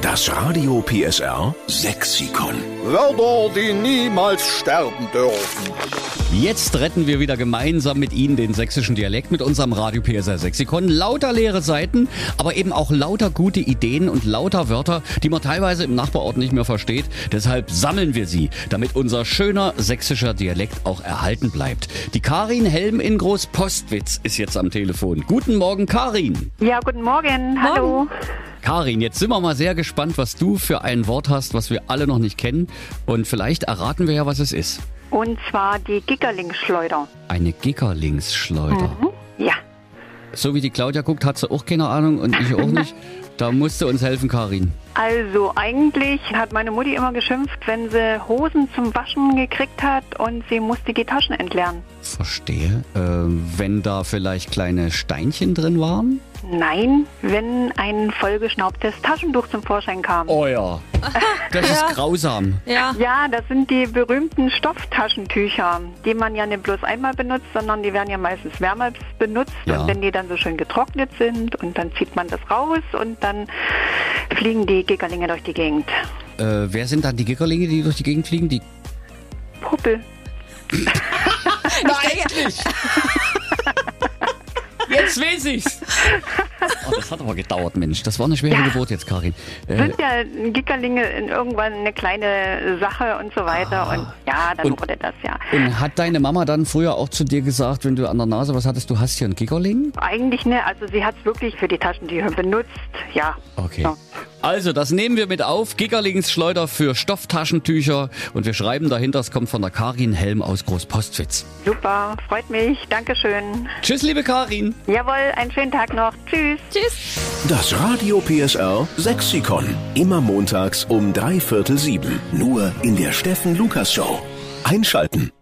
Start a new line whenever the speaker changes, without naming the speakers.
Das Radio PSR Sexikon.
Wörter, die niemals sterben dürfen.
Jetzt retten wir wieder gemeinsam mit Ihnen den sächsischen Dialekt mit unserem Radio PSR Sexikon. Lauter leere Seiten, aber eben auch lauter gute Ideen und lauter Wörter, die man teilweise im Nachbarort nicht mehr versteht. Deshalb sammeln wir sie, damit unser schöner sächsischer Dialekt auch erhalten bleibt. Die Karin Helm in Großpostwitz ist jetzt am Telefon. Guten Morgen, Karin.
Ja, guten Morgen. Hallo.
Karin, jetzt sind wir mal sehr gespannt, was du für ein Wort hast, was wir alle noch nicht kennen. Und vielleicht erraten wir ja, was es ist.
Und zwar die Gickerlingsschleuder.
Eine Gickerlingsschleuder.
Ja.
So wie die Claudia guckt, hat sie auch keine Ahnung und ich auch nicht. Da musst du uns helfen, Karin.
Also eigentlich hat meine Mutti immer geschimpft, wenn sie Hosen zum Waschen gekriegt hat und sie musste die Taschen entleeren.
Verstehe. Äh, wenn da vielleicht kleine Steinchen drin waren?
Nein, wenn ein vollgeschnaubtes Taschentuch zum Vorschein kam.
Oh ja. Das ist grausam.
Ja,
Ja, das sind die berühmten Stofftaschentücher, die man ja nicht bloß einmal benutzt, sondern die werden ja meistens mehrmals benutzt.
Ja.
Und wenn die dann so schön getrocknet sind und dann zieht man das raus und dann fliegen die Gickerlinge durch die Gegend.
Äh, wer sind dann die Gickerlinge, die durch die Gegend fliegen? Die
Puppe.
Endlich! Jetzt weiß ich's! Oh, das hat aber gedauert, Mensch. Das war eine schwere Geburt jetzt, Karin. Äh,
sind ja Gickerlinge in irgendwann eine kleine Sache und so weiter. Und ja, dann
Ah. Und-
wurde das ja.
und hat deine Mama dann früher auch zu dir gesagt, wenn du an der Nase was hattest, du hast hier einen Gickerling?
Eigentlich, ne, also sie hat es wirklich für die Taschentücher benutzt, ja.
Okay.
So.
Also, das nehmen wir mit auf. Gickerlings Schleuder für Stofftaschentücher. Und wir schreiben dahinter, es kommt von der Karin Helm aus Großpostwitz.
Super, freut mich, Dankeschön.
Tschüss, liebe Karin.
Jawohl, einen schönen Tag noch. Tschüss.
tschüss.
Das Radio PSR Sexikon. Immer montags um drei Viertel sieben. Nur in der Steffen Lukas Show. Einschalten.